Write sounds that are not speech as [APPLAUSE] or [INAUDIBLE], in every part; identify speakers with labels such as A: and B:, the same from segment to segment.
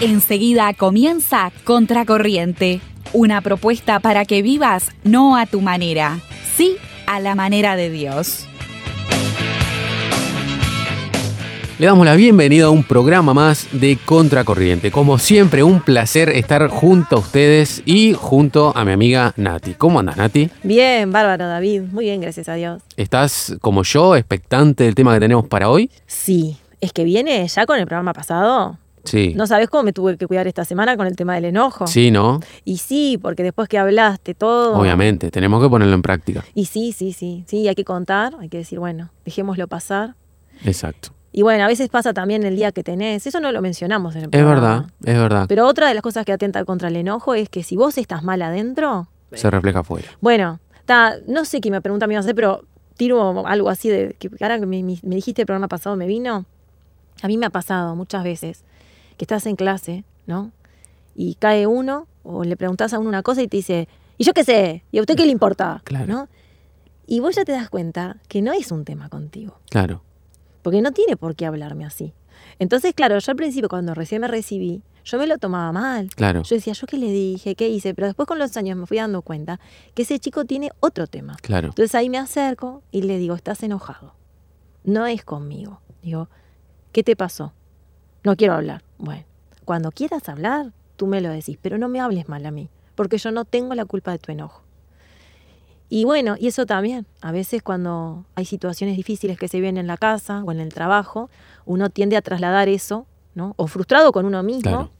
A: Enseguida comienza Contracorriente, una propuesta para que vivas no a tu manera, sí a la manera de Dios.
B: Le damos la bienvenida a un programa más de Contracorriente. Como siempre, un placer estar junto a ustedes y junto a mi amiga Nati. ¿Cómo andas, Nati?
C: Bien, bárbaro David. Muy bien, gracias a Dios.
B: ¿Estás como yo, expectante del tema que tenemos para hoy?
C: Sí, es que viene ya con el programa pasado.
B: Sí.
C: No sabes cómo me tuve que cuidar esta semana con el tema del enojo.
B: Sí, ¿no?
C: Y sí, porque después que hablaste todo.
B: Obviamente, tenemos que ponerlo en práctica.
C: Y sí, sí, sí. Sí, hay que contar, hay que decir, bueno, dejémoslo pasar.
B: Exacto.
C: Y bueno, a veces pasa también el día que tenés. Eso no lo mencionamos en el
B: Es
C: programa.
B: verdad, es verdad.
C: Ah. Pero otra de las cosas que atenta contra el enojo es que si vos estás mal adentro,
B: Se refleja afuera.
C: Bueno, ta, no sé qué me pregunta me iba a hacer, pero tiro algo así de que ahora que me, me- me dijiste el programa pasado me vino. A mí me ha pasado muchas veces que estás en clase, ¿no? Y cae uno o le preguntas a uno una cosa y te dice, "¿Y yo qué sé? ¿Y a usted qué le importa?",
B: Claro.
C: ¿no? Y vos ya te das cuenta que no es un tema contigo,
B: Claro.
C: porque no tiene por qué hablarme así. Entonces, claro, yo al principio cuando recién me recibí, yo me lo tomaba mal.
B: Claro.
C: Yo decía, ¿yo qué le dije? ¿Qué hice? Pero después con los años me fui dando cuenta que ese chico tiene otro tema.
B: Claro.
C: Entonces ahí me acerco y le digo, estás enojado. No es conmigo. Digo, ¿qué te pasó? No quiero hablar. Bueno, cuando quieras hablar, tú me lo decís, pero no me hables mal a mí, porque yo no tengo la culpa de tu enojo. Y bueno, y eso también, a veces cuando hay situaciones difíciles que se vienen en la casa o en el trabajo, uno tiende a trasladar eso, ¿no? O frustrado con uno mismo,
B: Claro.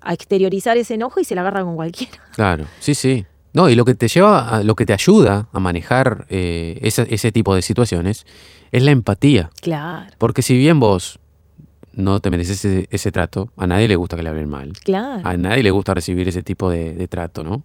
C: a exteriorizar ese enojo y se la agarra con cualquiera.
B: Claro, sí, sí. No, y lo que te lleva, a, lo que te ayuda a manejar eh, esa- ese tipo de situaciones es la empatía.
C: Claro,
B: Porque si bien vos no te mereces ese, ese trato, a nadie le gusta que le hablen mal,
C: claro.
B: a nadie le gusta recibir ese tipo de, de trato, ¿no?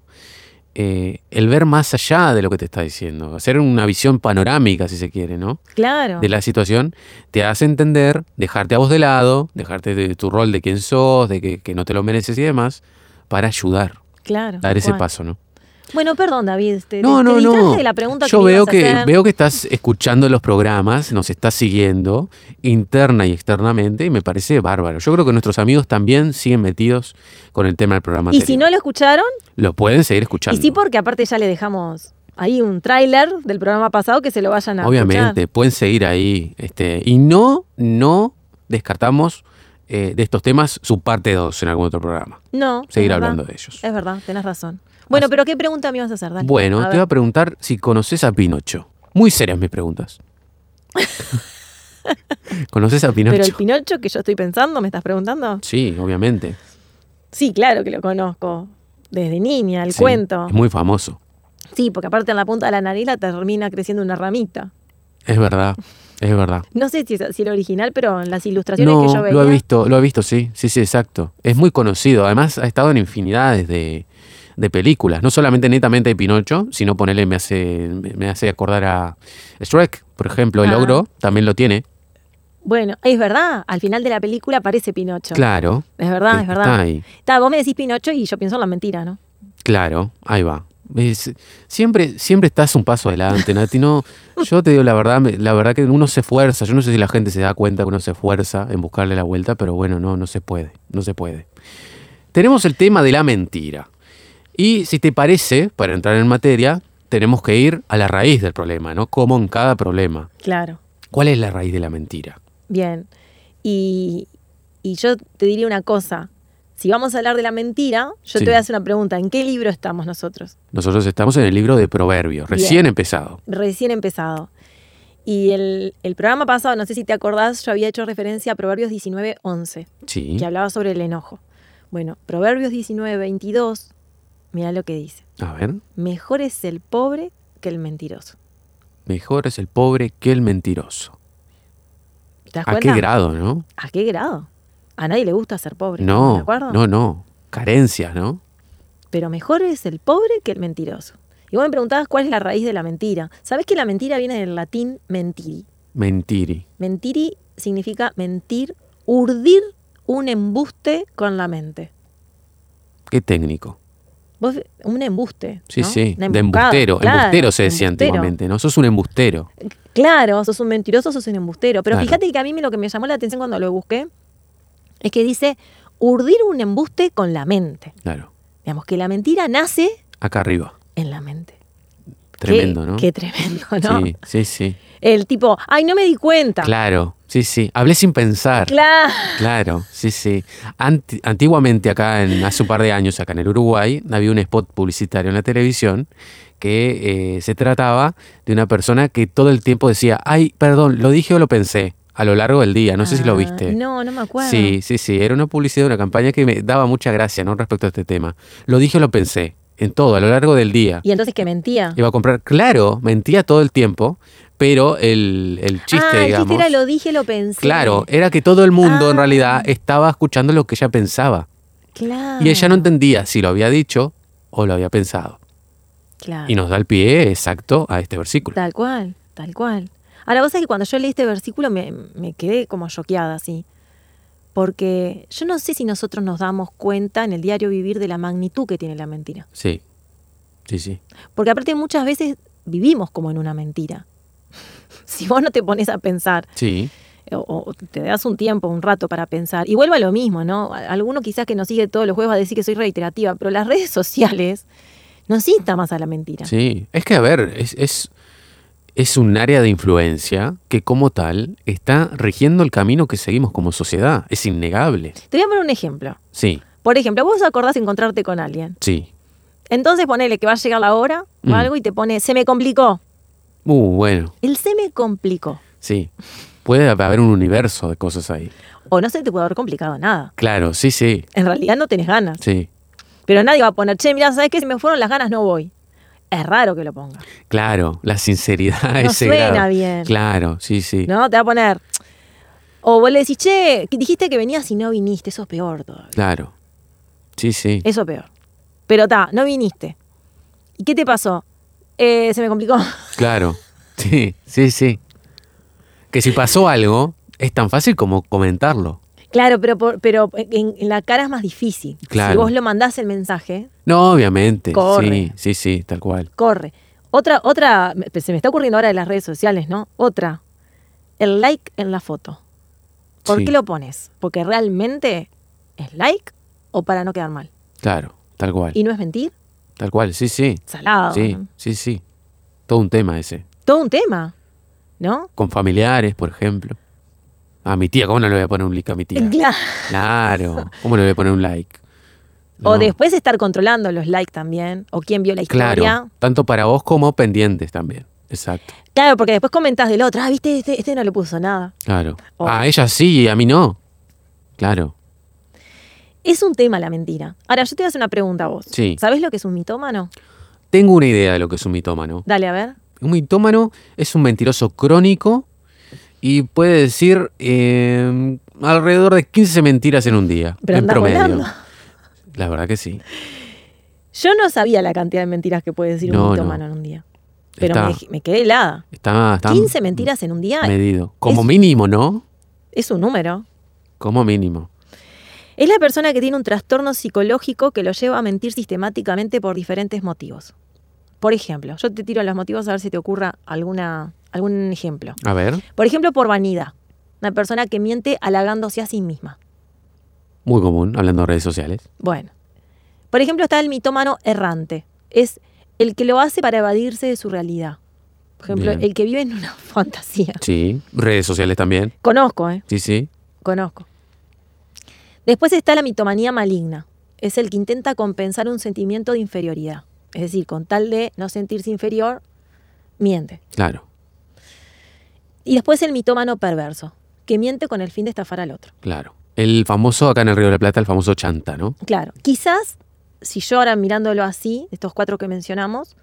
B: Eh, el ver más allá de lo que te está diciendo, hacer una visión panorámica, si se quiere, ¿no?
C: Claro.
B: de la situación, te hace entender, dejarte a vos de lado, dejarte de tu rol de quién sos, de que, que no te lo mereces y demás, para ayudar,
C: Claro.
B: dar ese
C: Juan.
B: paso, ¿no?
C: Bueno, perdón, David. Te,
B: No,
C: te
B: no,
C: distraje
B: no.
C: de la pregunta
B: Yo
C: que me
B: veo
C: ibas a
B: que
C: hacer.
B: veo que estás escuchando los programas, nos estás siguiendo interna y externamente y me parece bárbaro. Yo creo que nuestros amigos también siguen metidos con el tema del programa.
C: Y si no
B: anterior.
C: lo escucharon,
B: lo pueden seguir escuchando.
C: y sí porque aparte ya le dejamos ahí un tráiler del programa pasado que se lo vayan a
B: Obviamente,
C: escuchar.
B: pueden seguir ahí. Este, y no, no descartamos eh, de estos temas su parte 2 en algún otro programa.
C: No. es
B: Seguir
C: verdad.
B: hablando de ellos.
C: Es verdad, tenés razón. Bueno, pero ¿qué pregunta me ibas a hacer? Dale.
B: Bueno,
C: A
B: te
C: ver.
B: voy a preguntar si conoces a Pinocho. Muy serias mis
C: [LAUGHS]
B: preguntas. ¿Conoces a Pinocho?
C: Pero el Pinocho que yo estoy pensando, ¿me estás preguntando?
B: Sí, obviamente.
C: Sí, claro que lo conozco. Desde niña, el
B: Sí,
C: cuento.
B: Es muy famoso.
C: Sí, porque aparte en la punta de la nariz la termina creciendo una ramita.
B: Es verdad, es verdad.
C: No sé si es así el original, pero en las ilustraciones
B: No,
C: que yo veía.
B: lo he visto, lo he visto, sí, sí, sí, exacto. Es muy conocido. Además, ha estado en infinidades de, de películas. No solamente netamente de Pinocho, sino ponerle me hace, me hace acordar a Shrek, por ejemplo, el
C: Ah.
B: ogro también lo tiene.
C: Bueno, es verdad. Al final de la película aparece Pinocho.
B: Claro.
C: Es verdad,
B: que
C: es verdad.
B: Está ahí.
C: Ta, vos me decís Pinocho y yo pienso en la mentira, ¿no?
B: Claro, ahí va. Es- siempre, siempre estás un paso adelante, Nati. No, yo te digo la verdad, me- la verdad que uno se esfuerza. Yo no sé si la gente se da cuenta que uno se esfuerza en buscarle la vuelta, pero bueno, no, no se puede, no se puede. Tenemos el tema de la mentira. Y si te parece, para entrar en materia, tenemos que ir a la raíz del problema, ¿no? Como en cada problema.
C: Claro.
B: ¿Cuál es la raíz de la mentira?
C: Bien. Y, y yo te diría una cosa. Si vamos a hablar de la mentira,
B: Sí.
C: yo te voy a hacer una pregunta. ¿En qué libro estamos nosotros?
B: Nosotros estamos en el libro de Proverbios, recién
C: Bien.
B: empezado.
C: Recién empezado. Y el, el programa pasado, no sé si te acordás, yo había hecho referencia a Proverbios 19.11,
B: Sí.
C: que hablaba sobre el enojo. Bueno, Proverbios 19.22, mirá lo que dice.
B: A ver.
C: Mejor es el pobre que el mentiroso.
B: Mejor es el pobre que el mentiroso.
C: ¿Te das
B: ¿A
C: cuenta?
B: qué grado, no?
C: ¿A qué grado? A nadie le gusta ser pobre. ¿De
B: No,
C: acuerdo?
B: no, no. Carencias, ¿no?
C: Pero mejor es el pobre que el mentiroso. Y vos me preguntabas cuál es la raíz de la mentira. ¿Sabés que la mentira viene del latín mentiri?
B: Mentiri.
C: Mentiri significa mentir, urdir un embuste con la mente.
B: Qué técnico.
C: Vos, un embuste.
B: Sí,
C: ¿no?
B: sí.
C: Una
B: de
C: emboscada.
B: embustero.
C: Claro,
B: embustero se decía
C: embustero. Eh,
B: antiguamente, ¿no? Sos un embustero.
C: Claro, sos un mentiroso, sos un embustero. Pero
B: Claro.
C: fíjate que a mí me- lo que me llamó la atención cuando lo busqué es que dice urdir un embuste con la mente.
B: Claro.
C: Digamos que la mentira nace
B: Acá arriba.
C: en la mente.
B: Tremendo,
C: Qué-
B: ¿no?
C: Qué tremendo, ¿no?
B: Sí, sí, sí.
C: El tipo, ay, no me di cuenta.
B: Claro, sí, sí. Hablé sin pensar.
C: Claro.
B: Claro, sí, sí. Anti- antiguamente acá, en, hace un par de años acá en el Uruguay, había un spot publicitario en la televisión que eh, se trataba de una persona que todo el tiempo decía, ay, perdón, lo dije o lo pensé a lo largo del día, no sé si lo
C: Ah,
B: viste.
C: No, no me acuerdo.
B: Sí, sí, sí, era una publicidad, una campaña que me daba mucha gracia, ¿no? Respecto a este tema. Lo dije o lo pensé, en todo, a lo largo del día.
C: Y entonces que mentía.
B: Iba a comprar, claro, mentía todo el tiempo, pero el, el chiste,
C: ah, el
B: digamos.
C: chiste era lo dije, lo pensé.
B: Claro, eh, era que todo el mundo en
C: Ah.
B: realidad estaba escuchando lo que ella pensaba.
C: Claro.
B: Y ella no entendía si lo había dicho o lo había pensado.
C: Claro.
B: Y nos da el pie exacto a este versículo.
C: Tal cual, tal cual. Ahora, vos sabés que cuando yo leí este versículo me, me quedé como choqueada, así. Porque yo no sé si nosotros nos damos cuenta en el diario vivir de la magnitud que tiene la mentira.
B: Sí, sí, sí.
C: Porque aparte muchas veces vivimos como en una mentira. Si vos no te pones a pensar
B: Sí,
C: o, o te das un tiempo, un rato para pensar. Y vuelvo a lo mismo, ¿no? A- Alguno quizás que nos sigue todos los jueves va a decir que soy reiterativa, pero las redes sociales nos instan más a la mentira.
B: sí. Es que, a ver, es, es, es un área de influencia que como tal está rigiendo el camino que seguimos como sociedad. Es innegable.
C: Te voy a poner un ejemplo.
B: Sí,
C: Por ejemplo, vos acordás de encontrarte con alguien.
B: sí.
C: Entonces ponele que va a llegar la hora
B: Mm.
C: o algo y te pone, se me complicó.
B: Uh, bueno,
C: El se me complicó.
B: sí. Puede haber un universo de cosas ahí.
C: O no se te puede haber complicado nada.
B: Claro, sí, sí,
C: En realidad no tenés ganas.
B: sí.
C: Pero nadie va a poner, che, mirá, ¿sabes qué? Se me fueron las ganas, no voy. Es raro que lo ponga.
B: Claro, la sinceridad [LAUGHS] a
C: No
B: ese
C: suena
B: grado.
C: bien.
B: Claro, sí, sí.
C: ¿No? Te va a poner. O vos le decís, che, dijiste que venías y no viniste. Eso es peor todavía.
B: Claro. Sí, sí.
C: Eso es peor. Pero está, no viniste. ¿Y qué te pasó? Eh, se me complicó. [LAUGHS]
B: Claro. Sí, sí, sí. Que si pasó algo, es tan fácil como comentarlo.
C: Claro, pero, por- pero en, en la cara es más difícil. Si
B: Claro.
C: vos lo mandás el mensaje,
B: No, obviamente.
C: Corre.
B: Sí, sí, sí, tal cual.
C: corre. Otra, otra, me- se me está ocurriendo ahora de las redes sociales, ¿no? Otra, el like en la foto. ¿Por
B: Sí.
C: qué lo pones? ¿Porque realmente es like o para no quedar mal?
B: Claro, tal cual.
C: ¿Y Ah, no es mentir?
B: Tal cual, sí, sí.
C: Salado.
B: Sí,
C: ¿no?
B: sí, sí. Todo un tema ese.
C: Todo un tema, ¿no?
B: Con familiares, por ejemplo. A mi tía, ¿cómo no le voy a poner un like a mi tía?
C: Claro.
B: [LAUGHS] Claro. ¿Cómo le voy a poner un like?
C: O
B: No.
C: después estar controlando los likes también, o quién vio la historia.
B: Claro. Tanto para vos como pendientes también. Exacto.
C: Claro, porque después comentás del otro, ah, viste, este, este no le puso nada.
B: Claro.
C: O-
B: A ella sí y a mí no. Claro.
C: Es un tema la mentira. Ahora, yo te voy a hacer una pregunta a vos.
B: Sí.
C: ¿Sabés lo que es un mitómano?
B: Tengo una idea de lo que es un mitómano.
C: Dale, a ver.
B: Un mitómano es un mentiroso crónico y puede decir eh, alrededor de 15 mentiras en un día.
C: Pero
B: en
C: anda
B: promedio.
C: volando.
B: La verdad que sí.
C: Yo no sabía la cantidad de mentiras que puede decir
B: No,
C: un
B: no.
C: mitómano en un día. Pero
B: Está.
C: me, dej- me quedé helada.
B: Está, está
C: 15 mentiras en un día
B: medido. Como
C: es-
B: mínimo, ¿no?
C: es un número.
B: Como mínimo.
C: Es la persona que tiene un trastorno psicológico que lo lleva a mentir sistemáticamente por diferentes motivos. Por ejemplo, yo te tiro los motivos a ver si te ocurra alguna, algún ejemplo.
B: A ver.
C: Por ejemplo, por vanidad. Una persona que miente halagándose a sí misma.
B: Muy común, hablando de redes sociales.
C: Bueno. Por ejemplo, está el mitómano errante. Es el que lo hace para evadirse de su realidad. Por ejemplo,
B: Bien.
C: el que vive en una [LAUGHS] fantasía.
B: Sí. Redes sociales también.
C: Conozco, ¿eh?
B: Sí, sí.
C: Conozco. Después está la mitomanía maligna. Es el que intenta compensar un sentimiento de inferioridad. Es decir, con tal de no sentirse inferior, miente.
B: Claro,
C: Y después el mitómano perverso, que miente con el fin de estafar al otro.
B: claro. El famoso acá en el Río de la Plata, el famoso chanta, ¿no?
C: Claro, quizás si yo ahora mirándolo así, estos cuatro que mencionamos,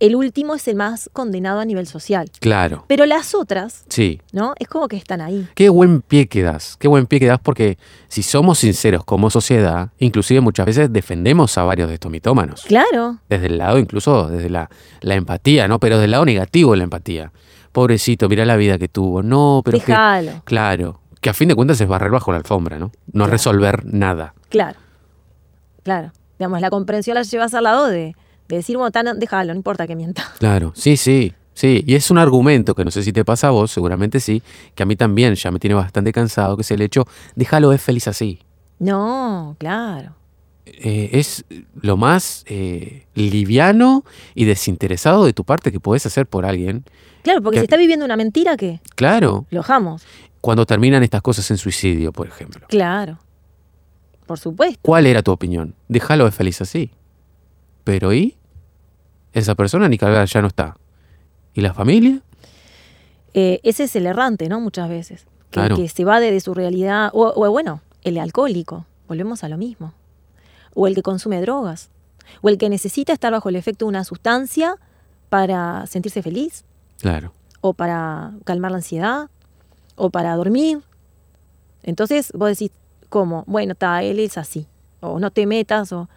C: el último es el más condenado a nivel social.
B: Claro.
C: Pero las otras,
B: Sí.
C: ¿no? Es como que están ahí.
B: Qué buen pie que das, qué buen pie que das porque si somos sinceros como sociedad, inclusive muchas veces defendemos a varios de estos mitómanos.
C: Claro,
B: Desde el lado, incluso desde la, la empatía, ¿no? Pero del lado negativo de la empatía. Pobrecito, mira la vida que tuvo. No, pero es que-
C: déjalo.
B: Claro. Que a fin de cuentas es barrer bajo la alfombra, ¿no? No
C: Claro.
B: resolver nada.
C: Claro, claro. Digamos, la comprensión la llevas al lado de, de decir, bueno, tan, déjalo, no importa que mienta. [LAUGHS]
B: Claro. Sí, sí. Sí, y es un argumento que no sé si te pasa a vos, seguramente sí, que a mí también ya me tiene bastante cansado, que es el hecho, déjalo, es feliz así.
C: No, claro.
B: Eh, es lo más eh, liviano y desinteresado de tu parte que puedes hacer por alguien.
C: Claro, porque
B: Que-
C: si está viviendo una mentira, ¿qué?
B: Claro,
C: Lo jamos.
B: cuando terminan estas cosas en suicidio, por ejemplo.
C: Claro. Por supuesto.
B: ¿Cuál era tu opinión? Déjalo de feliz así. Pero ¿y? Esa persona ni cargada ya no está. ¿Y la familia?
C: Eh, ese es el errante, ¿no? Muchas veces. Que,
B: Claro.
C: que se va de, de su realidad. O, o, bueno, el alcohólico. Volvemos a lo mismo. O el que consume drogas. O el que necesita estar bajo el efecto de una sustancia para sentirse feliz.
B: Claro.
C: o para calmar la ansiedad, o para dormir. Entonces vos decís, ¿cómo? Bueno, está, él es así, o no te metas, o...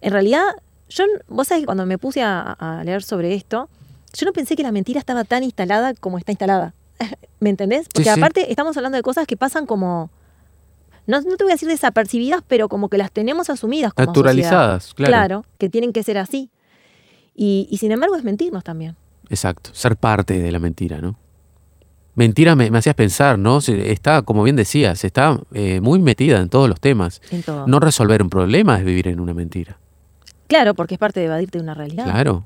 C: En realidad, yo, n- vos sabés que cuando me puse a, a leer sobre esto, yo no pensé que la mentira estaba tan instalada como está instalada. [LAUGHS] ¿Me entendés? Porque
B: sí.
C: aparte estamos hablando de cosas que pasan como... No, no te voy a decir desapercibidas, pero como que las tenemos asumidas como sociedad.
B: Naturalizadas, claro.
C: Claro, que tienen que ser así. Y, y sin embargo es mentirnos también.
B: Exacto. Ser parte de la mentira, ¿no? Mentira me, me hacías pensar, ¿no? Se- Está, como bien decías, está eh, muy metida en todos los temas.
C: En todo.
B: No resolver un problema es vivir en una mentira.
C: Claro, porque es parte de evadirte de una realidad.
B: Claro.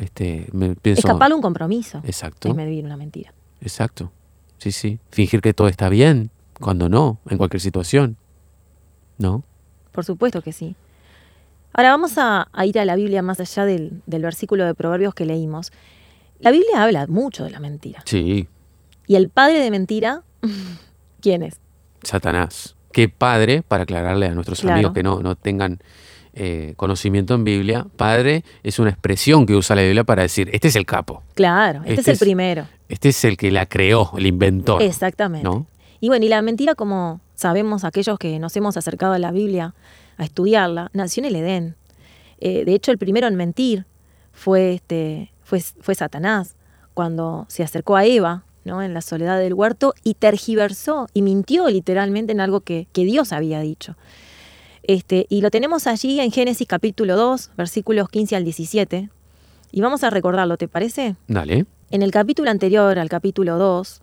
B: Este, me pienso.
C: Escapar un compromiso.
B: Exacto.
C: Es medir una mentira.
B: Exacto. Sí, sí. Fingir que todo está bien, cuando no, en cualquier situación. ¿No?
C: Por supuesto que sí. Ahora vamos a, a ir a la Biblia más allá del, del versículo de Proverbios que leímos. La Biblia habla mucho de la mentira.
B: Sí.
C: Y el padre de mentira, [LAUGHS] ¿quién es?
B: Satanás. Qué padre, para aclararle a nuestros
C: Claro.
B: amigos que no, no tengan eh, conocimiento en Biblia, padre es una expresión que usa la Biblia para decir, este es el capo,
C: Claro, este,
B: Este
C: es el
B: es-
C: primero.
B: este es el que la creó, el inventor.
C: Exactamente.
B: ¿No?
C: Y bueno, y la mentira, como sabemos aquellos que nos hemos acercado a la Biblia a estudiarla, nació en el Edén. Eh, de hecho, el primero en mentir fue, este, fue, fue Satanás, cuando se acercó a Eva ¿no? en la soledad del huerto y tergiversó y mintió literalmente en algo que, que Dios había dicho. Este, y lo tenemos allí en Génesis capítulo 2, versículos 15 al 17. Y vamos a recordarlo, ¿te parece?
B: Dale.
C: En el capítulo anterior, al capítulo 2,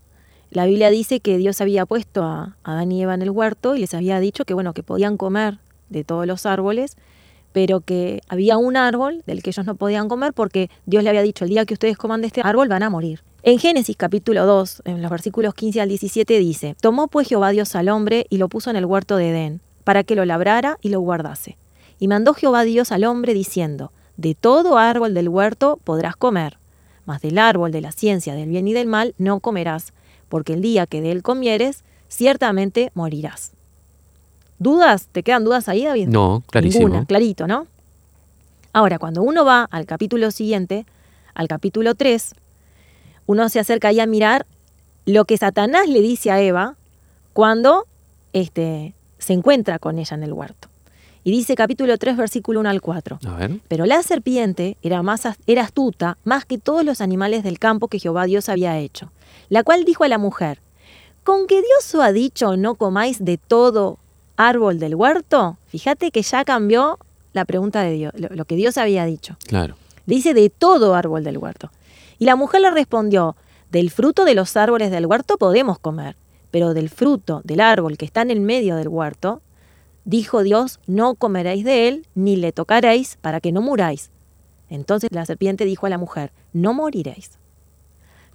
C: la Biblia dice que Dios había puesto a a Adán y Eva en el huerto y les había dicho que, bueno, que podían comer de todos los árboles, pero que había un árbol del que ellos no podían comer porque Dios le había dicho, el día que ustedes coman de este árbol van a morir. En Génesis capítulo 2, en los versículos 15 al 17 dice, Tomó pues Jehová Dios al hombre y lo puso en el huerto de Edén, para que lo labrara y lo guardase. Y mandó Jehová Dios al hombre diciendo, De todo árbol del huerto podrás comer, mas del árbol de la ciencia del bien y del mal no comerás, porque el día que de él comieres, ciertamente morirás. ¿Dudas? ¿Te quedan dudas ahí, David?
B: No, clarísimo.
C: Ninguna, clarito, ¿no? Ahora, cuando uno va al capítulo siguiente, al capítulo 3, uno se acerca ahí a mirar lo que Satanás le dice a Eva cuando este, se encuentra con ella en el huerto. Y dice capítulo 3, versículo 1 al 4.
B: A ver.
C: Pero la serpiente era, más, as- era astuta más que todos los animales del campo que Jehová Dios había hecho, la cual dijo a la mujer, ¿con que Dios os ha dicho no comáis de todo árbol del huerto? Fíjate que ya cambió la pregunta de Dios, lo- lo que Dios había dicho.
B: Claro.
C: Dice de todo árbol del huerto. Y la mujer le respondió, del fruto de los árboles del huerto podemos comer, pero del fruto del árbol que está en el medio del huerto, dijo Dios, no comeréis de él, ni le tocaréis, para que no muráis. Entonces la serpiente dijo a la mujer, no moriréis.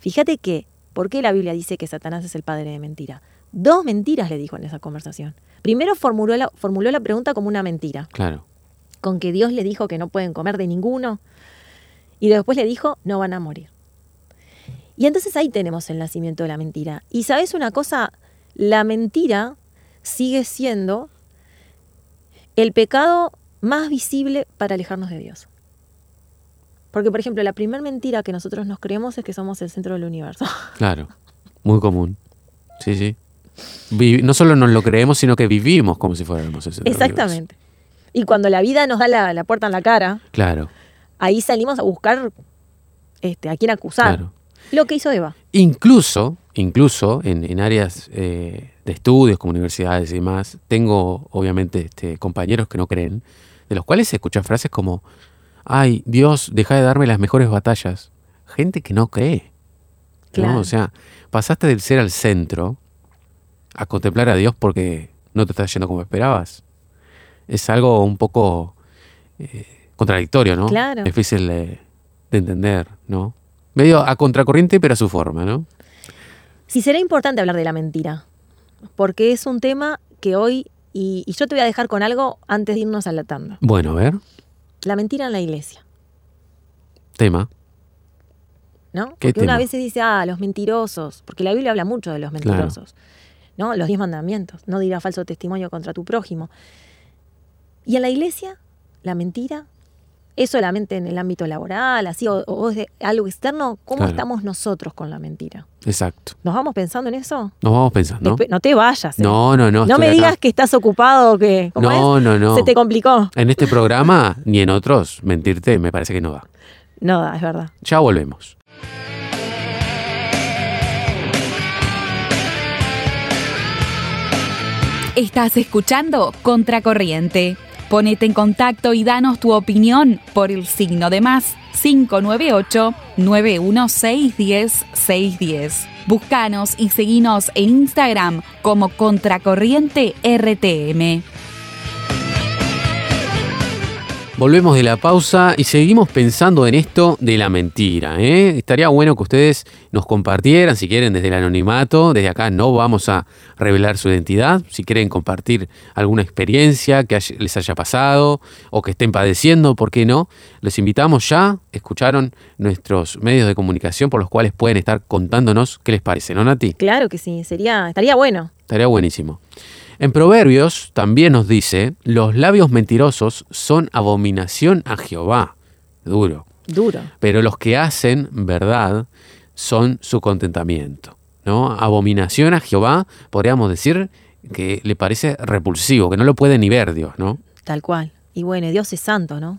C: Fíjate que, ¿por qué la Biblia dice que Satanás es el padre de mentira? Dos mentiras le dijo en esa conversación. Primero formuló la- formuló la pregunta como una mentira
B: Claro.
C: con que Dios le dijo que no pueden comer de ninguno. Y después le dijo, no van a morir. Y entonces ahí tenemos el nacimiento de la mentira. Y sabes una cosa, la mentira sigue siendo el pecado más visible para alejarnos de Dios. Porque, por ejemplo, la primera mentira que nosotros nos creemos es que somos el centro del universo.
B: Claro. Muy común. Sí, sí. Vi- no solo nos lo creemos, sino que vivimos como si fuéramos ese
C: Exactamente. Y cuando la vida nos da la, la puerta en la cara,
B: Claro,
C: ahí salimos a buscar este, a quién acusar.
B: claro.
C: Lo que hizo Eva.
B: Incluso, incluso en, en áreas eh, de estudios como universidades y demás, tengo obviamente este, compañeros que no creen, de los cuales se escuchan frases como, ay, Dios, deja de darme las mejores batallas. Gente que no cree. ¿no?
C: Claro.
B: O sea, pasaste del ser al centro a contemplar a Dios porque no te está yendo como esperabas. Es algo un poco eh, contradictorio, ¿no?
C: Claro.
B: Difícil de, de entender, ¿no? Medio a contracorriente, pero a su forma, ¿no?
C: Si será importante hablar de la mentira, porque es un tema que hoy, y, y yo te voy a dejar con algo antes de irnos a la tanda.
B: Bueno, a ver,
C: La mentira en la iglesia,
B: tema.
C: ¿no?
B: ¿Qué
C: Porque uno
B: tema?
C: a veces dice, ah, los mentirosos, porque la Biblia habla mucho de los mentirosos, ¿no? Los diez mandamientos, no dirá falso testimonio contra tu prójimo. Y en la iglesia, la mentira es solamente en el ámbito laboral, así, o, o es de algo externo. ¿Cómo
B: Claro.
C: estamos nosotros con la mentira?
B: Exacto.
C: ¿Nos vamos pensando en eso?
B: Nos vamos pensando.
C: Espe- no te vayas. ¿eh?
B: No, no, no.
C: No
B: estoy
C: me
B: acá.
C: digas que estás ocupado, que ¿cómo
B: No,
C: es?
B: no, no.
C: se te complicó.
B: En este programa ni en otros, mentirte me parece que no va.
C: No, da, es verdad.
B: Ya volvemos.
A: Estás escuchando Contracorriente. Ponete en contacto y danos tu opinión por el signo de más 598-91610-610. Buscanos y seguinos en Instagram como Contracorriente RTM.
B: Volvemos de la pausa y seguimos pensando en esto de la mentira. ¿eh? Estaría bueno que ustedes nos compartieran, si quieren, desde el anonimato. Desde acá no vamos a revelar su identidad. Si quieren compartir alguna experiencia que hay- les haya pasado o que estén padeciendo, ¿por qué no? Los invitamos ya. Escucharon nuestros medios de comunicación por los cuales pueden estar contándonos qué les parece, ¿no, Nati?
C: Claro que sí, sería, estaría bueno.
B: Estaría buenísimo. En Proverbios también nos dice, los labios mentirosos son abominación a Jehová. Duro.
C: Duro.
B: Pero los que hacen verdad son su contentamiento. ¿no? Abominación a Jehová, podríamos decir que le parece repulsivo, que no lo puede ni ver Dios, ¿no?
C: Tal cual. Y bueno, Dios es santo, ¿no?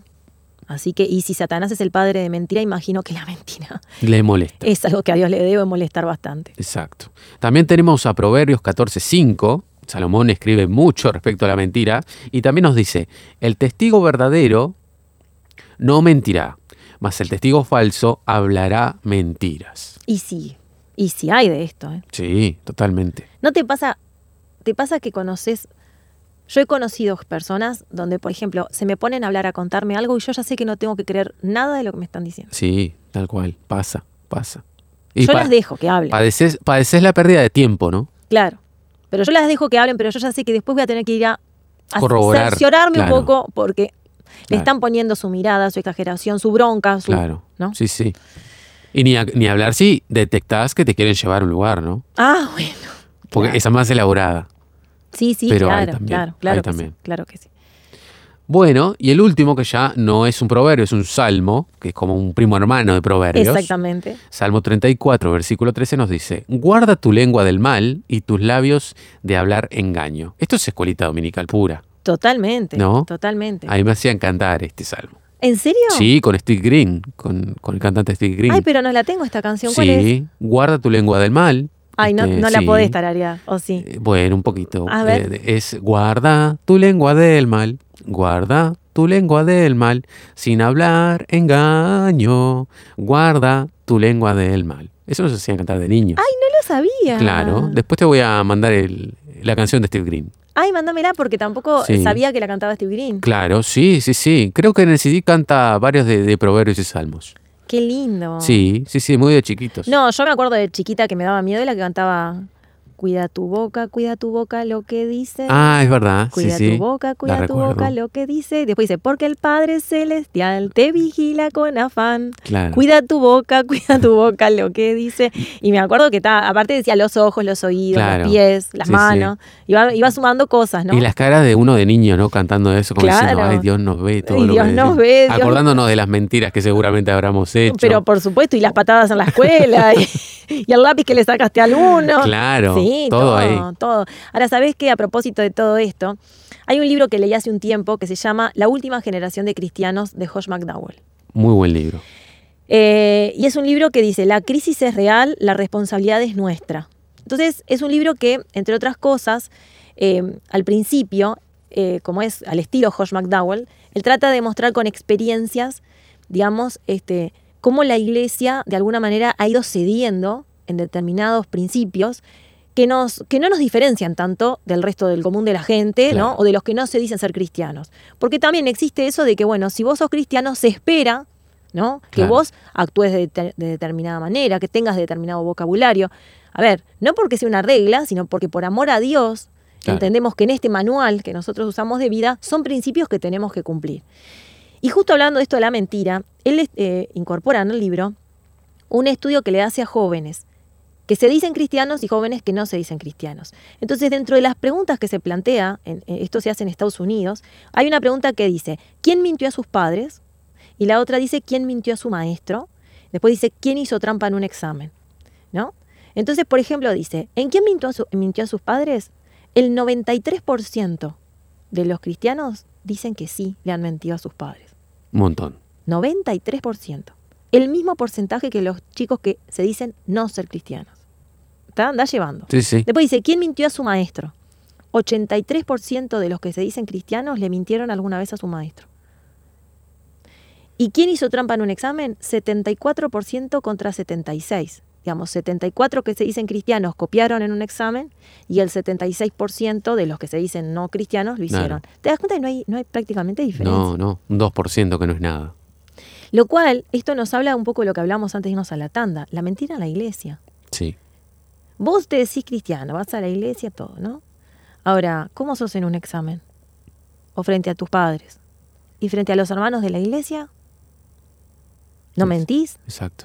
C: Así que, y si Satanás es el padre de mentira, imagino que la mentira [LAUGHS]
B: Le molesta.
C: es algo que a Dios le debe molestar bastante.
B: Exacto. También tenemos a Proverbios 14:5. Salomón escribe mucho respecto a la mentira y también nos dice, el testigo verdadero no mentirá, mas el testigo falso hablará mentiras.
C: Y sí, y sí hay de esto, ¿eh?
B: Sí, totalmente.
C: ¿No te pasa, te pasa que conoces? Yo he conocido personas donde, por ejemplo, se me ponen a hablar, a contarme algo y yo ya sé que no tengo que creer nada de lo que me están diciendo.
B: Sí, tal cual. Pasa, pasa.
C: yo
B: pa-
C: las dejo que hablen.
B: padeces, padeces la pérdida de tiempo, ¿no?
C: Claro. Pero yo las dejo que hablen, pero yo ya sé que después voy a tener que ir a, a
B: Corroborar,
C: cerciorarme
B: claro.
C: un poco porque le
B: Claro.
C: están poniendo su mirada, su exageración, su bronca, su.
B: Claro.
C: ¿no?
B: Sí, sí. Y ni, a- ni hablar si detectás que te quieren llevar a un lugar, ¿no?
C: Ah, bueno.
B: Porque esa es más elaborada.
C: Sí, sí,
B: Pero hay
C: claro,
B: también,
C: claro, claro.
B: hay
C: que sí,
B: también.
C: claro que sí.
B: Bueno, y el último, que ya no es un proverbio, es un salmo, que es como un primo hermano de proverbios.
C: Exactamente.
B: Salmo 34, versículo 13 nos dice, guarda tu lengua del mal y tus labios de hablar engaño. Esto es escuelita dominical pura.
C: Totalmente.
B: ¿No?
C: Totalmente.
B: A mí me hacían cantar este salmo.
C: ¿En serio?
B: Sí, con Steve Green, con, con el cantante Steve Green.
C: Ay, pero no la tengo esta canción. ¿Cuál es?
B: sí, guarda tu lengua del mal.
C: Ay, no,
B: Este,
C: no la
B: sí.
C: podés tararear, ¿o sí?
B: Eh, Bueno, un poquito.
C: A ver.
B: Eh, es guarda tu lengua del mal, guarda tu lengua del mal, sin hablar engaño, guarda tu lengua del mal. Eso nos hacían cantar de niños.
C: No lo sabía.
B: claro. Después te voy a mandar el- la canción de Steve Green.
C: Ay, mándamela porque tampoco eh,
B: Sí.
C: sabía que la cantaba Steve Green.
B: Claro, sí, sí, sí. Creo que en el CD canta varios de, de proverbios y salmos.
C: Qué lindo.
B: Sí, sí, sí, muy de chiquitos.
C: Oh. No, yo me acuerdo de chiquita que me daba miedo y la que cantaba Cuida tu boca, cuida tu boca lo que dice.
B: Ah, es verdad.
C: cuida
B: sí, sí.
C: tu boca, cuida tu
B: recuerdo.
C: boca lo que dice. Después dice, porque el Padre Celestial te vigila con afán.
B: Claro.
C: Cuida tu boca, [LAUGHS] cuida tu boca lo que dice. Y me acuerdo que ta- aparte decía los ojos, los oídos,
B: Claro.
C: los pies, las
B: Sí, sí.
C: manos. Iba, iba sumando cosas, ¿no?
B: Y las caras de uno de niño, ¿no? Cantando eso, como
C: Claro.
B: diciendo, ay, Dios nos ve todo
C: Ay,
B: lo
C: Dios
B: que
C: nos
B: decimos".
C: ve, Dios-
B: Acordándonos de las mentiras que seguramente habremos hecho.
C: Pero por supuesto, y las patadas en la escuela, [LAUGHS] y, y el lápiz que le sacaste al uno.
B: Claro,
C: Sí,
B: todo ahí.
C: todo. Ahora, ¿sabés qué? A propósito de todo esto, hay un libro que leí hace un tiempo que se llama La última generación de cristianos de Josh McDowell.
B: Muy buen libro.
C: Eh, y es un libro que dice, la crisis es real, la responsabilidad es nuestra. Entonces, es un libro que, entre otras cosas, eh, al principio, eh, como es al estilo Josh McDowell, él trata de mostrar con experiencias, digamos, este, cómo la iglesia de alguna manera ha ido cediendo en determinados principios que, nos, que no nos diferencian tanto del resto del común de la gente,
B: Claro.
C: ¿no? O de los que no se dicen ser cristianos. Porque también existe eso de que, bueno, si vos sos cristiano, se espera, ¿no? Que
B: Claro.
C: vos actúes de, te- de determinada manera, que tengas determinado vocabulario. A ver, no porque sea una regla, sino porque por amor a Dios
B: Claro.
C: entendemos que en este manual que nosotros usamos de vida son principios que tenemos que cumplir. Y justo hablando de esto de la mentira, él eh, incorpora en el libro un estudio que le hace a jóvenes que se dicen cristianos y jóvenes que no se dicen cristianos. Entonces, dentro de las preguntas que se plantea, en- en- esto se hace en Estados Unidos, hay una pregunta que dice, ¿quién mintió a sus padres? Y la otra dice, ¿quién mintió a su maestro? Después dice, ¿quién hizo trampa en un examen? ¿No? Entonces, por ejemplo, dice, ¿en quién mintió a, su- mintió a sus padres? El 93% de los cristianos dicen que sí, le han mentido a sus padres.
B: Un montón.
C: 93%. El mismo porcentaje que los chicos que se dicen no ser cristianos. ¿Está? Anda llevando.
B: Sí, sí.
C: Después dice, ¿quién mintió a su maestro? 83% de los que se dicen cristianos le mintieron alguna vez a su maestro. ¿Y quién hizo trampa en un examen? 74% contra 76. Digamos, 74 que se dicen cristianos copiaron en un examen y el 76% de los que se dicen no cristianos lo
B: Claro.
C: hicieron. ¿Te das cuenta que no hay, no hay prácticamente diferencia?
B: No, no. Un 2% que no es nada.
C: Lo cual, esto nos habla un poco de lo que hablamos antes de irnos a la tanda, la mentira en la iglesia.
B: Sí.
C: Vos te decís cristiano, vas a la iglesia, todo, ¿no? Ahora, ¿cómo sos en un examen? ¿O frente a tus padres? ¿Y frente a los hermanos de la iglesia? ¿No
B: Sí.
C: mentís?
B: Exacto.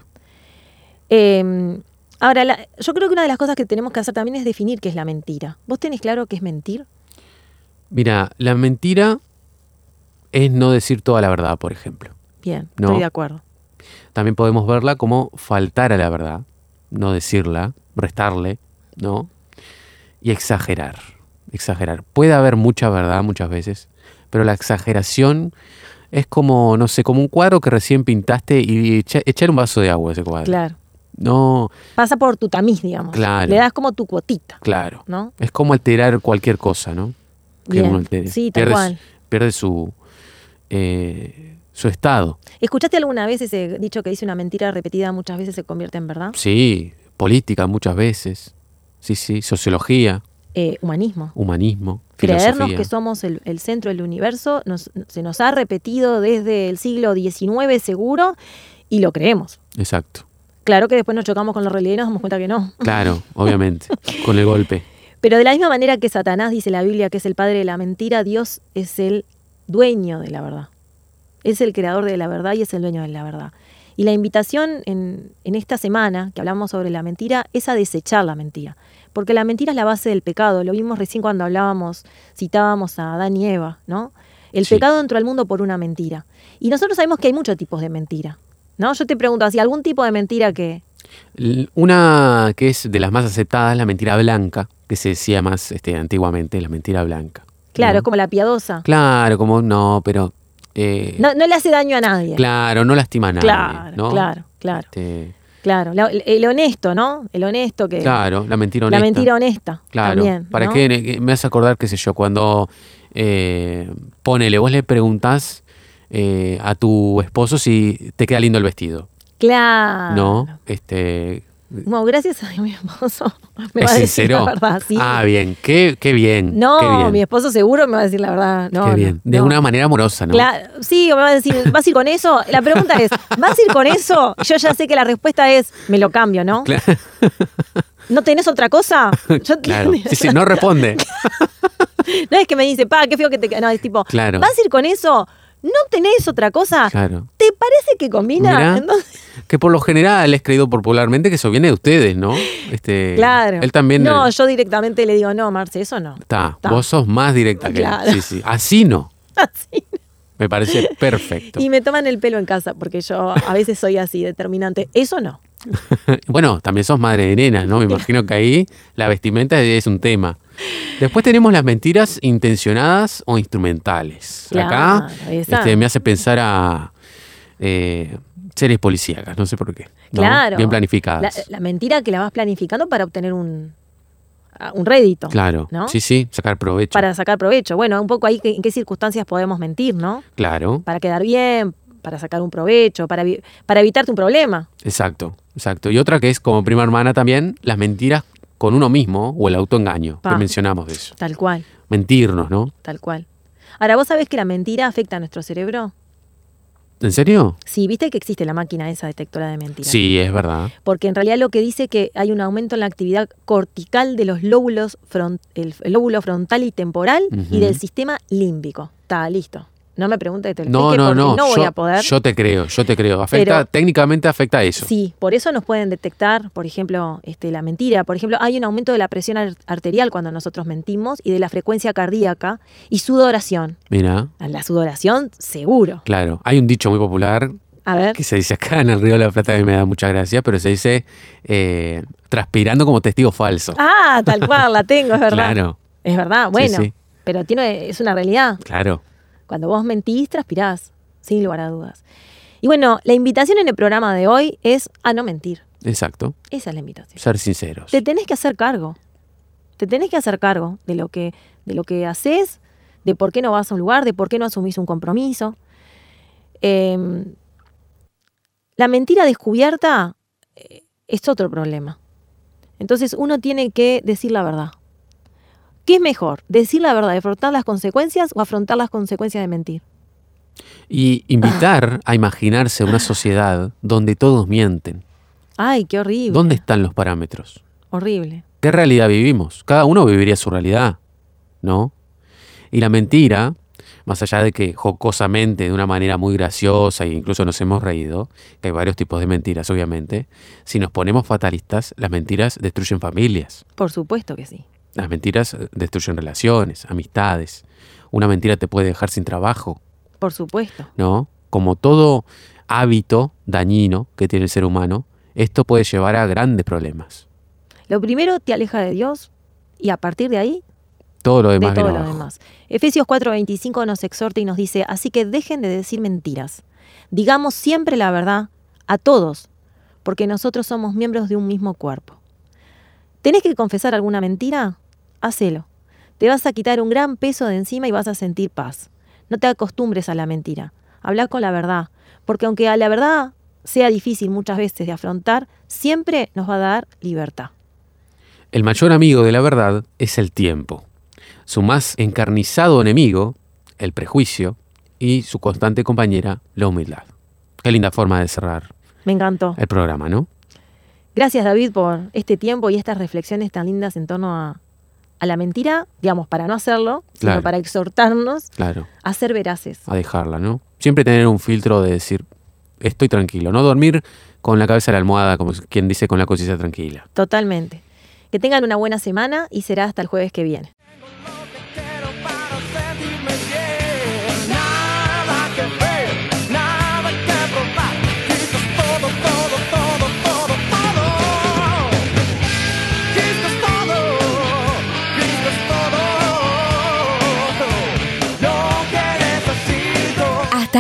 C: Eh, ahora, la- yo creo que una de las cosas que tenemos que hacer también es definir qué es la mentira. ¿Vos tenés claro qué es mentir?
B: Mira, la mentira es no decir toda la verdad, por ejemplo.
C: Bien,
B: No.
C: estoy de acuerdo.
B: También podemos verla como faltar a la verdad, no decirla, restarle, ¿no? Y exagerar, exagerar. Puede haber mucha verdad muchas veces, pero la exageración es como, no sé, como un cuadro que recién pintaste y echa- echar un vaso de agua a ese cuadro.
C: Claro.
B: No,
C: Pasa por tu tamiz, digamos.
B: Claro.
C: Le das como tu cuotita,
B: claro.
C: ¿no?
B: Es como alterar cualquier cosa, ¿no? Que
C: Bien.
B: uno altere.
C: Sí, tal
B: pierde, su-
C: cual.
B: pierde su, eh, su estado.
C: ¿Escuchaste alguna vez ese dicho que dice una mentira repetida muchas veces se convierte en verdad?
B: Sí, política muchas veces. Sí, sí, sociología.
C: Eh, humanismo.
B: humanismo,
C: Creernos
B: filosofía.
C: que somos el, el centro del universo nos- se nos ha repetido desde el siglo XIX seguro y lo creemos.
B: Exacto.
C: Claro que después nos chocamos con la realidad y nos damos cuenta que no.
B: Claro, obviamente, [LAUGHS] con el golpe.
C: Pero de la misma manera que Satanás dice la Biblia que es el padre de la mentira, Dios es el dueño de la verdad. Es el creador de la verdad y es el dueño de la verdad. Y la invitación en, en esta semana que hablamos sobre la mentira es a desechar la mentira. Porque la mentira es la base del pecado. Lo vimos recién cuando hablábamos, citábamos a Adán y Eva, ¿no? El
B: Sí.
C: pecado entró al mundo por una mentira. Y nosotros sabemos que hay muchos tipos de mentira. ¿No? Yo te pregunto, ¿así algún tipo de mentira que,
B: L- Una que es de las más aceptadas, la mentira blanca, que se decía más este, antiguamente, la mentira blanca.
C: claro,
B: ¿no?
C: es como la piadosa?
B: Claro, como no, pero... eh,
C: No, no le hace daño a nadie.
B: Claro, no lastima a nadie.
C: Claro,
B: ¿no?
C: claro, claro,
B: Este,
C: claro. La- el, el honesto, ¿no? El honesto que...
B: claro, la mentira
C: La
B: honesta.
C: mentira honesta.
B: Claro,
C: También,
B: ¿para
C: ¿no?
B: qué? Eh, Me hace acordar, qué sé yo, cuando eh, ponele, vos le preguntás eh, a tu esposo si te queda lindo el vestido.
C: Claro.
B: No, este,
C: No, gracias a mi esposo. Me
B: ¿Es
C: va a decir
B: sincero?
C: la verdad, sí.
B: Ah, bien, qué, qué bien. qué
C: no,
B: bien,
C: mi esposo seguro me va a decir la verdad. No,
B: qué
C: no,
B: bien. De
C: no.
B: una manera amorosa, ¿no?
C: Claro, sí, o me va a decir, ¿vas a ir con eso? La pregunta es, ¿vas a ir con eso? Yo ya sé que la respuesta es, me lo cambio, ¿no?
B: Claro.
C: ¿No tenés otra cosa? [LAUGHS]
B: [LAUGHS]
C: Yo- [LAUGHS]
B: Claro. Sí, sí, no responde.
C: No es que me dice, pa, qué feo que te... ca-". No, es tipo,
B: Claro.
C: ¿vas a ir con eso? ¿No tenés otra cosa?
B: Claro.
C: ¿Te parece que combina?
B: Mirá.
C: Entonces-
B: Que por lo general es creído popularmente que eso viene de ustedes, ¿no? Este,
C: Claro.
B: Él también.
C: No,
B: eh,
C: yo directamente le digo, no, Marce, eso no.
B: Está,
C: Ta. [LAUGHS]
B: vos sos más directa que él.
C: Claro.
B: Sí, sí. Así no.
C: Así.
B: Me
C: [LAUGHS]
B: parece perfecto.
C: Y me toman el pelo en casa, porque yo a veces soy así, determinante. Eso no.
B: [LAUGHS] bueno, también sos madre de nena, ¿no? Me imagino que ahí la vestimenta es un tema. Después tenemos las mentiras intencionadas o instrumentales. Acá
C: Claro, esa.
B: este, me hace pensar a eh, series policíacas, no sé por qué. ¿no?
C: Claro.
B: Bien
C: La, eh,
B: planificadas.
C: la mentira que la vas planificando para obtener un, a- un rédito.
B: claro.
C: ¿no?
B: Sí, sí, sacar provecho.
C: Para sacar provecho. Bueno, un poco ahí que- en qué circunstancias podemos mentir, ¿no?
B: Claro,
C: Para quedar bien, para sacar un provecho, para, vi- para evitarte un problema.
B: exacto, exacto. Y otra que es como prima hermana también, las mentiras con uno mismo o el autoengaño,
C: Pa.
B: que mencionamos de eso.
C: Tal cual,
B: Mentirnos, ¿no?
C: tal cual. Ahora, ¿vos sabés que la mentira afecta a nuestro cerebro?
B: ¿En serio?
C: Sí, viste que existe la máquina esa detectora de mentiras.
B: Sí, es verdad.
C: Porque en realidad lo que dice que hay un aumento en la actividad cortical de los lóbulos, fron- el, el lóbulo frontal y temporal
B: Ujú.
C: y del sistema límbico. Está listo. No me preguntes que te lo
B: No,
C: explique
B: no,
C: porque
B: no.
C: no voy
B: yo,
C: a poder.
B: yo te creo, yo te creo. Afecta,
C: Pero-
B: técnicamente afecta a eso.
C: Sí, por eso nos pueden detectar, por ejemplo, este, la mentira. Por ejemplo, hay un aumento de la presión ar- arterial cuando nosotros mentimos y de la frecuencia cardíaca y sudoración.
B: Mira,
C: A La sudoración, seguro.
B: claro. Hay un dicho muy popular
C: A ver,
B: que se dice acá en el Río de la Plata, que me da muchas gracias, pero se dice eh, transpirando como testigo falso.
C: ah, tal cual, la
B: [LAUGHS]
C: tengo, es verdad.
B: Claro,
C: Es verdad, bueno,
B: sí.
C: pero tiene, es una realidad.
B: claro.
C: Cuando vos mentís, transpirás, sin lugar a dudas. Y bueno, la invitación en el programa de hoy es a no mentir.
B: Exacto.
C: Esa es la invitación.
B: Ser sinceros.
C: Te tenés que hacer cargo. Te tenés que hacer cargo de lo que, de lo que haces, de por qué no vas a un lugar, de por qué no asumís un compromiso. Eh, la mentira descubierta eh, es otro problema. Entonces uno tiene que decir la verdad. ¿Qué es mejor? ¿Decir la verdad, afrontar las consecuencias o afrontar las consecuencias de mentir?
B: Y invitar a imaginarse una sociedad donde todos mienten.
C: Ay, qué horrible.
B: ¿Dónde están los parámetros?
C: Horrible.
B: ¿Qué realidad vivimos? Cada uno viviría su realidad, ¿no? Y la mentira, más allá de que jocosamente, de una manera muy graciosa, e incluso nos hemos reído, que hay varios tipos de mentiras, obviamente, si nos ponemos fatalistas, las mentiras destruyen familias,
C: Por supuesto que sí.
B: las mentiras eh, destruyen relaciones, amistades, una mentira te puede dejar sin trabajo,
C: Por supuesto.
B: ¿no? Como todo hábito dañino que tiene el ser humano, esto puede llevar a grandes problemas.
C: Lo primero te aleja de Dios y a partir de ahí
B: Todo lo demás
C: de todo
B: viene
C: lo
B: abajo.
C: demás. Efesios 4:25 nos exhorta y nos dice, así que dejen de decir mentiras, digamos siempre la verdad a todos, porque nosotros somos miembros de un mismo cuerpo. ¿Tenés que confesar alguna mentira? Hacelo. Te vas a quitar un gran peso de encima y vas a sentir paz. No te acostumbres a la mentira. Habla con la verdad, porque aunque a la verdad sea difícil muchas veces de afrontar, siempre nos va a dar libertad.
B: El mayor amigo de la verdad es el tiempo. Su más encarnizado enemigo, el prejuicio, y su constante compañera, la humildad. Qué linda forma de cerrar
C: Me encantó.
B: el programa, ¿no?
C: Gracias David por este tiempo y estas reflexiones tan lindas en torno a, a la mentira, digamos, para no hacerlo,
B: Claro. Ah.
C: sino para exhortarnos
B: Claro,
C: a ser veraces.
B: a dejarla, ¿no? Siempre tener un filtro de decir, estoy tranquilo, no dormir con la cabeza en la almohada, como quien dice con la conciencia tranquila.
C: Totalmente. Que tengan una buena semana y será hasta el jueves que viene.
D: Quiero para sentirme bien. Nada que ver, nada que probar. Quitas todo, todo, todo, todo, todo. Quitas todo, quitas todo. Lo que necesito.
A: Hasta